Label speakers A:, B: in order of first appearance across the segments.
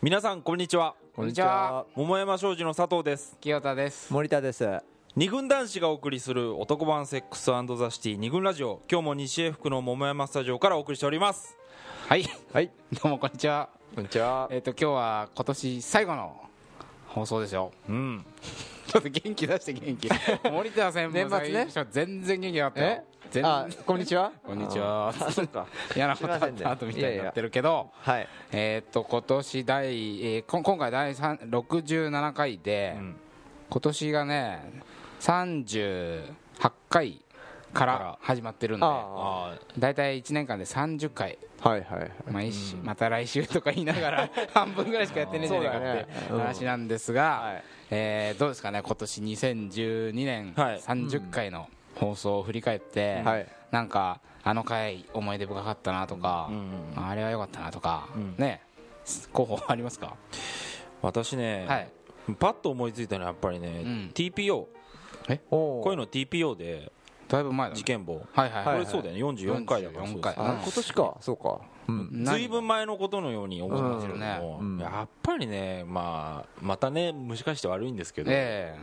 A: 皆さんこんにちは
B: こんにちは。
A: 桃山商事の佐藤です
B: 清田です。
C: 森田です。
A: 二軍男子がお送りする男版セックスザシティ二軍ラジオ今日も西江福の桃山スタジオからお送りしております
B: はい。
C: はい。
B: どうもこんにちは。
C: こんにちは
B: えっ、と今日は今年最後の放送ですよ。
A: うん
B: ちょっと元気出して元 気。森田先輩
C: 年末ね。
B: 最初全然元気なかった
C: え
B: よ。全
C: あ、こんにちは。
B: こんにちは。
C: そっか。
B: 嫌なことあ
C: すいませ
B: っ
C: んね
B: た後みたいになってるけど。
C: はい。
B: えっ、と今年第、えーこん今回第三67回で、
A: ん
B: 今年がね38回から始まってるんで
C: あ
A: あ
B: 大体1年間で30回
C: あ。はいはいはい。
B: 毎週また来週とか言いながら半分ぐらいしかやってねえんじゃないか
C: そうだね
B: って
C: うん
B: 話なんです
C: は
B: が
C: い、
B: えーどうですかね今年2012年
A: はい
B: 30回の放送を振り返って
C: はい
B: なんかあの回思い出深かったなとかあれは良かったなとかね候補ありますか
A: 私ね、
B: はい
A: パッと思いついたのはやっぱりね、
B: うん
A: TPO
C: お
A: こういう
C: の。
A: の TPO で
B: だいぶ前だね
A: 事件簿、
B: はいはい
A: こ
B: は
A: れ
B: い
A: そうだよね44回だから
B: 44
A: そうです
C: あ、今年か。そうか。うん。
B: 何
A: 随分前のことのように思うんですけれども、
C: うんねうん
A: やっぱりね、まあ、またね、蒸し返して悪いんですけど、
B: え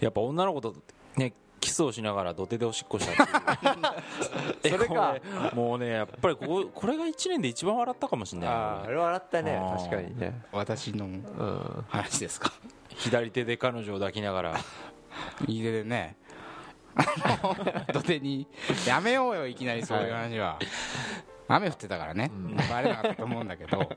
A: やっぱ女の子と、ね、キスをしながら土手でおしっこしたっていう
C: それか
A: えこれもうね、やっぱりこここれが1年で一番笑ったかもしれな
C: ああ、
A: い
C: あれ笑ったね
A: あー。
C: 確かにね。
B: え私の
C: うん。
B: 話ですか
A: 左手で彼女を抱きながら
B: 右手でねあの土手にやめようよいきなりそういう話は雨降ってたからねバレなかったと思うんだけど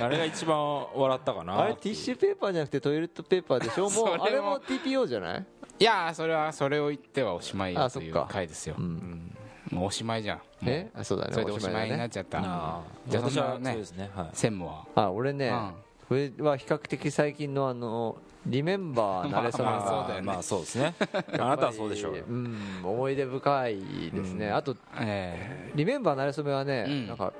A: あれが一番笑ったかな
C: あれティッシュペーパーじゃなくてトイレットペーパーでしょ
B: そ
C: も
B: れ
C: う
B: も
C: あれも TPO じゃない
B: いやーそれはそれを言ってはおしまいよ
C: あ
B: と
C: そっ
B: いう
C: か
B: 回ですよ
C: うん
B: もうおしまいじゃん
C: えあそうだね
B: それでおしまいになっ
C: ね
B: ちゃった
A: あー
B: じゃあ
A: 私
B: そん
A: はそう
B: な
A: で
B: ね
A: すね、はい
B: 専務は
C: あ俺ね
B: うん
C: これは比較的最近のあのリメンバーなれそめ
B: まあそう
C: が
B: だよね
A: まあそうです ねあなたはそうでしょうよ
C: うん思い出深いですねあと
B: え
C: リメンバーなれそめはね、
B: うん
C: なんか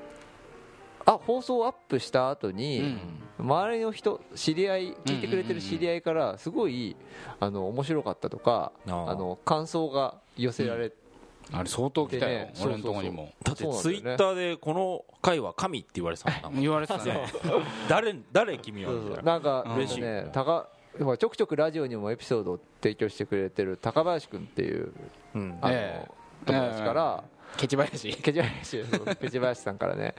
C: あ放送アップした後に、周りの人知り合い聞いてくれてる知り合いからすごいあの面白かったとかあ
A: ああ
C: の感想が寄せられて、
B: えあれ相当来たよ
C: でね
B: 俺のとこにも
A: だってツイッターでこの回は神って言われてたもんな
B: 言われてたね
A: ね誰誰君は
C: そう
A: み
C: そう
A: たいな
C: なんか
B: うん
A: 嬉しい
C: ね高まあちょくちょくラジオにもエピソードを提供してくれてる高林君っていう
A: うん
C: あの、
B: ええ
C: 友達から、
B: ケチ林
C: ケチ林そうケチ林さんからね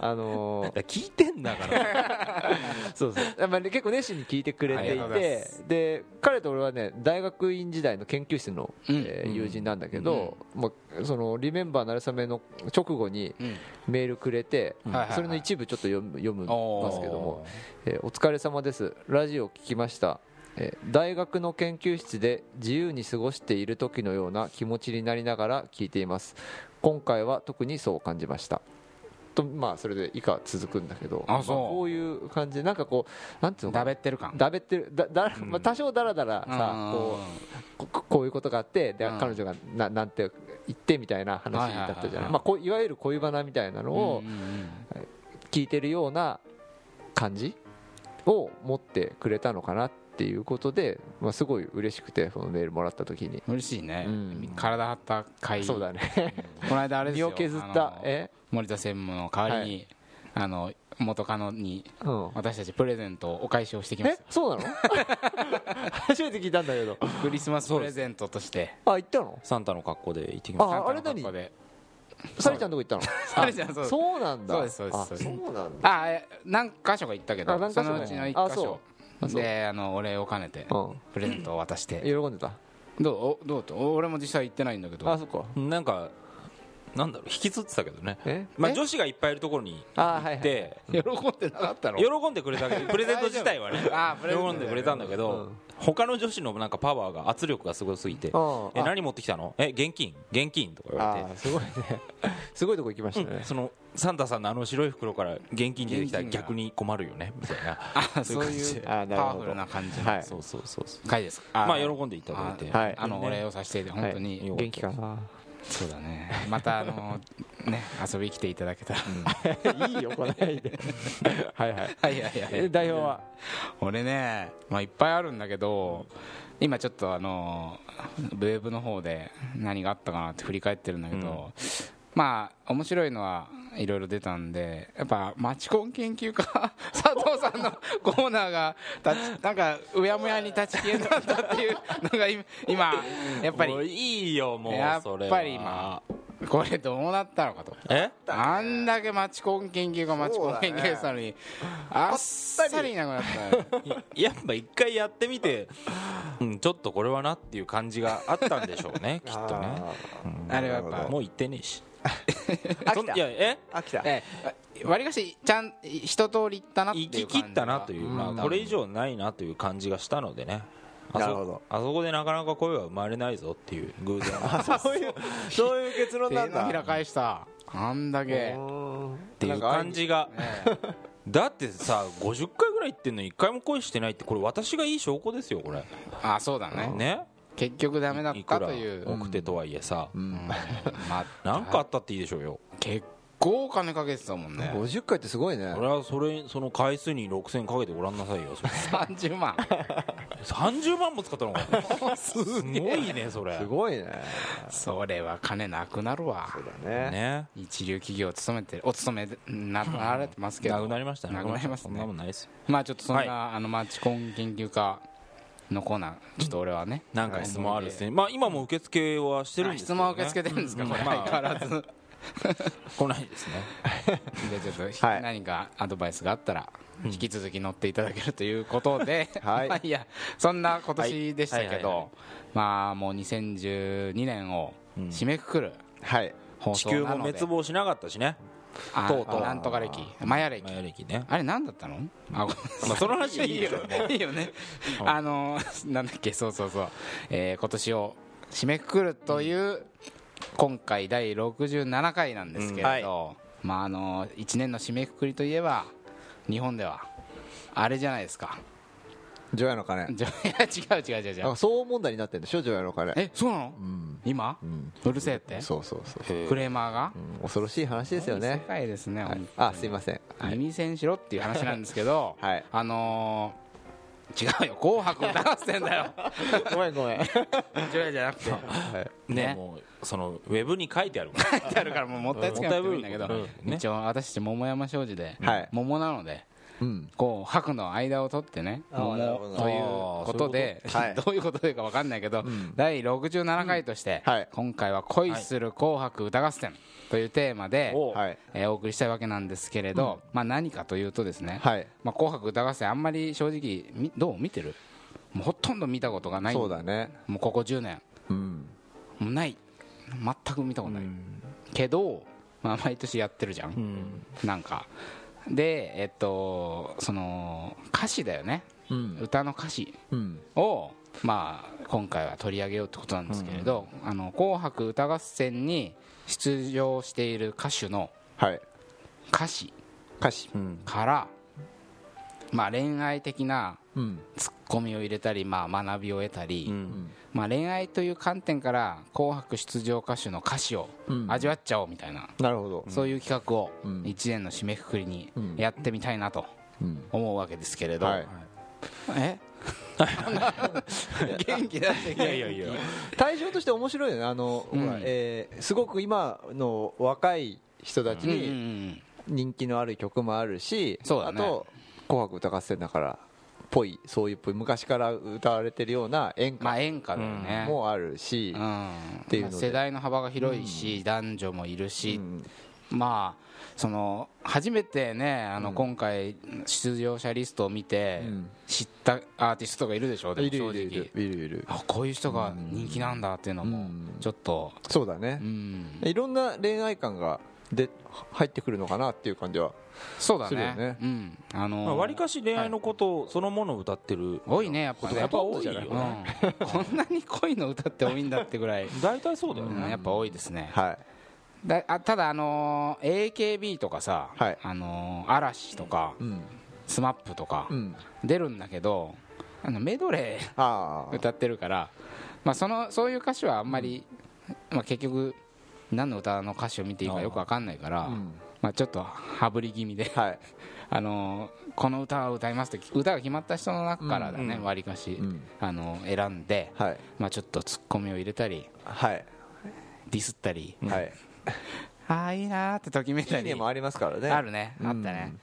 C: あの
A: いや聞いてんだ から
C: そうそう、 まあね、結構熱心に聞いてくれ
B: あ
C: て
B: り
C: い
B: がとうございま
C: てで彼と俺はね大学院時代の研究室の、
B: うん
C: えー友人なんだけど、まあ、そのリメンバーなれさめの直後に
B: うん
C: メールくれて、
B: はいはいはい
C: それの一部ちょっと読む読むますけども
B: おー
C: 「えーお疲れ様ですラジオ聞きました」えー大学の研究室で自由に過ごしている時のような気持ちになりながら聞いています今回は特にそう感じましたとまあそれで以下続くんだけど
B: あ
C: ま
B: そう
C: こういう感じでなんかこうなんていうのか
B: だ
C: な
B: べってる感
C: だべってるだだ、まあ、多少だらだらさ、
B: うん
C: こうここういうことがあってで、
B: うん
C: 彼女がななんて言ってみたいな話だった
B: はい
C: じ
B: はいは
C: ゃないいまあこういわゆる恋バナみたいなのを
B: うんうんうん
C: 聞いてるような感じを持ってくれたのかなっていうことで、まあ、すごい嬉しくてそのメールもらった時に、
B: 嬉しいね、
C: うん
B: 体張った会
C: そうだね
B: この間あれです
C: 身
B: よ
C: を削っ
B: あ
C: た
B: の
C: え、
B: 森田専務の代わりに、あの元カノに
C: うん、
B: 私たちプレゼントをお返しをしてきまし
C: え
B: た
C: そうな の初めて聞いたんだけど
B: クリスマスプレゼントとして
C: あ行ったの
A: サンタの格好で行ってきまし
C: ああれ
B: サンタの
C: 何
B: 格好で
C: サリちゃんのとこ行ったの
B: サリちゃん そうです
C: そうなんだ
B: そうですそうです
C: あ
B: そうです
C: そうなんだ
B: あえ何箇所か行ったけ
C: あ
B: ど
C: 何箇
B: そ
C: 所か
B: のうちの1
C: あ
B: 箇
C: そ
B: 所
C: うあそう
B: であのお礼を兼ねて
C: うん
B: プレゼントを渡して
C: 喜んでた
B: どうおどうとお俺も実際行ってないんだけど
C: あそっか
A: たなんかなんだろう引きつってたけどね
C: え
A: まあ
C: え
A: 女子がいっぱいいるところに
C: あはいはい
A: 行って
B: 喜んでなかったろ
A: 喜んでくれた けどプレゼント自体はね
B: あープレゼント
A: 喜んでくれたんだけ
C: う
A: ど
C: ん
A: 他の女子のなんかパワーが圧力がすごすぎて
C: あ
A: え何持ってきたのえ現金現金とか言われて
C: あすごいねすごいとこ行きましたね
A: そのサンタさんのあの白い袋から現金出てきたら
B: 現金が
A: 逆に困るよねみたいな
B: あそういうパ
C: あなるほど
B: ワフルな感じの
C: はい
A: そうそうそうそう
B: 回です
A: まあ喜んでいただいて
C: はい
B: あの
A: ね
B: お礼をさせて本当に、
A: はいよ
C: 元気かな
B: そうだねまたあのね遊びに来ていただけたら、
C: いいよ来ないではいはい
B: はいはいは
C: え代表は
B: 俺ね、まあ、いっぱいあるんだけど今ちょっとあのウェブの方で何があったかなって振り返ってるんだけど、まあ面白いのはいろいろ出たんでやっぱマチコン研究家 佐父さんの コーナーが立ちなんかうやむやに立ち消えなんだっていうのが今今やっぱ
A: も
B: り
A: ういいよも
B: や
A: う
B: っ
A: それは
B: ぱり今これどうなったのかと
A: え
B: あんだけマチコン研究がマチコン研究したのに、あっさりいなくなった ね
A: いやっぱ一回やってみて、うん、ちょっとこれはなっていう感じがあったんでしょうねきっとね
B: あれはやっ
D: な
B: ぱ
D: るほ
A: もう行ってねえし
D: 飽き
A: そん
D: た
A: いやえ
D: 飽きた
B: ええわりかしちゃん一通り行ったなっていう
A: 行
B: 感じ
A: き切ったなという、
B: ん
A: まあ、これ以上ないなという感じがしたのでねあそ
D: なるほど
A: あそこでなかなか声は生まれないぞっていう偶然
D: そういうそういう結論な
B: 手
D: ん
B: のひら
D: だ
B: 返したあんだけ
A: っていう感じが、だってさ50回ぐらい言ってんのに1回も声してないってこれ私がいい証拠ですよこれ
B: あそうだね
A: ね
B: 結局ダメだっ
A: いく
B: た
A: ら
B: という
A: 奥手とはいえさ
B: うんまあ
A: 何かあったっていいでしょうよ
B: 結構金かけてたもんね
C: 50回ってすごいね
A: 俺はそれその回数に6000かけてごらんなさいよそれ
B: 30万
A: 30万も使ったのかすごいねそれ
C: すごいね
B: それは金なくなるわ
D: そうだね
A: ね
B: 一流企業を勤めてるお勤めでなられてますけど
A: なくなりましたね
B: なくなります
A: そんなも
B: ね
A: んないですよ
B: まあちょっとそんな、
A: はい
B: あのマチコン研究家のコーナーちょっと俺はね、
A: なんか質問あるですねまあ今も受付はしてるんですけ
B: 質
A: ど、ね、
B: 問を受け付けてるんですか、これ
A: まあ
B: 相変わらずじゃ
A: 来ないですね
B: あちょっと、
D: はい
B: 何かアドバイスがあったら引き続き乗っていただけるというこ とで、
D: はい
B: まあいいやそんな今年でした
A: は
B: け
A: いはいはいは
B: どまあもう2012年を締めくくる
D: はい
B: 放
A: 地
B: 送
A: 球
B: な
A: も
B: ので、
A: 滅亡しなかったしね
B: あ
A: とうとう
B: なんとか歴マヤ歴
A: マヤ歴ね
B: あれ何だったのあごめんなさい
A: まあその話はいい
B: いい
A: で
B: よ
A: しょ
B: いいよねあのーなんだっけそうそうそう、えー今年を締めくくるという、今回第67回なんですけれど、まああのー、1年の締めくくりといえば日本ではあれじゃないですか
D: 除夜の鐘
B: じゃあいや違う違う違う違う
D: あそう問題になってんでしょ除夜の鐘
B: えそうなの、今、うるせえって
D: そうそうそう
B: クレーマーが、
D: うん恐ろしい話ですよ
B: 世
D: ね
B: 界ですね、本当に
D: あすいません
B: 耳栓しろっていう話なんですけど、
D: はい
B: あのー違うよ「紅白歌合戦」だよ
D: ごめんごめん
B: ジョヤじゃなくて
A: ね
B: ね
A: もうそのウェブに書いてあるから
B: 書いてあるからもうもったいつけなくてもいいんだけど、
A: うんね
B: 一応私たち桃山商事で、
D: はい
B: 桃なので
D: うん
B: こう白の間を取ってね
D: あーなるほ
B: 桃
D: ど
B: ということで
D: あーそういうこと
B: どういうことというか分かんないけど、第67回として、
D: うんはい
B: 今回は「恋する紅白歌合戦」というテーマで、
A: おう
D: はい
B: えーお送りしたいわけなんですけれど、まあ、何かというとですね、
D: はい
B: まあ、紅白歌合戦あんまり正直みどう見てるもうほとんど見たことがない
D: そうだね
B: もうここ10年
D: うん
B: もうない全く見たことない、けど、まあ、毎年やってるじゃ
A: う
B: ん、
A: ん
B: なんかでえっとその歌詞だよね、
D: うん
B: 歌の歌詞
D: うん
B: を、まあ、今回は取り上げようってことなんですけれど「あの紅白歌合戦」に出場している歌手の
D: はい
B: 歌詞
D: 歌詞
A: うん
B: から、まあ、恋愛的な
D: うん
B: ツッコミを入れたり、まあ、学びを得たり、
A: うん
B: まあ、恋愛という観点から「紅白」出場歌手の歌詞を
D: うん
B: 味わっちゃおうみたいな、
D: なるほど
B: そういう企画を
D: うん
B: 1年の締めくくりに
D: うん
B: やってみたいなと
D: うん
B: 思うわけですけれど、
D: はい
B: え 元気出して
A: いやいやいや
D: 対象として面白いよねあの、
B: うん
D: ほらえーすごく今の若い人たち
B: うんうんう
D: に
B: ん
D: 人気のある曲もあるし、
B: そうだ
D: あ
B: ね
D: と「紅白歌合戦」だからぽいそういうぽい昔から歌われてるような演
B: まあ
D: 歌
B: 演歌だよね、
D: もあるし、
B: うん
D: ていうので
B: まあ世代の幅が広いし、男女もいるし、まあその初めてねあの今回出場者リストを見て
D: うん
B: 知ったアーティストがいるでしょで
D: い
B: も
D: るいるい
B: 正
D: る
B: 直
D: いるいる
B: あこういう人が人気なんだっていうの
D: う
B: も
D: ん
B: ちょっと
D: そうだね
B: う、ん
D: いろんな恋愛感がで入ってくるのかなっていう感じは
B: そうだ
D: するよ
B: ね
D: ね
B: うんあのー
A: まあ、割かし恋愛のことそのものを歌ってる、
B: 多いねやっぱね
A: やっぱ多いよね
B: うんこん なに恋の歌って多いんだってぐらい
A: 大体そうだよ
B: う
A: ね、
B: んやっぱ多いですね
D: はい
B: だあただあのー AKB とかさ
D: はい
B: あのー嵐とか
D: うん、
B: スマップとか
D: うん、
B: 出るんだけどあのメドレー
D: ああ
B: 歌ってるから、まあ、そのそういう歌詞はあんまり、まあ、結局何の歌の歌詞を見ていいかよく分かんないから、
D: ん
B: まあ、ちょっと羽振り気味で、
D: はい
B: あのーこの歌を歌いますって歌が決まった人の中からだね、割りかし、
D: ん
B: あのー選んで、
D: はい
B: まあ、ちょっとツッコミを入れたり
D: はい
B: ディスったり
D: はい
B: 「ああいいな」ってときめい
D: い
B: た
D: い
B: り
D: ねもありますからね
B: あるねあった
D: う
B: ね
D: ん、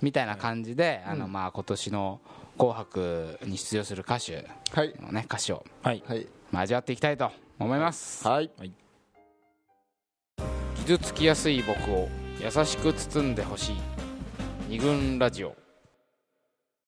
B: みたいな感じで、あのまあ今年の「紅白」に出場する歌手
D: はい
B: の、ね、歌詞を、
A: はい
D: はい
B: まあ、味わっていきたいと思います、
D: はい
B: 傷つきやすい僕を優しく包んでほしい二軍ラジオ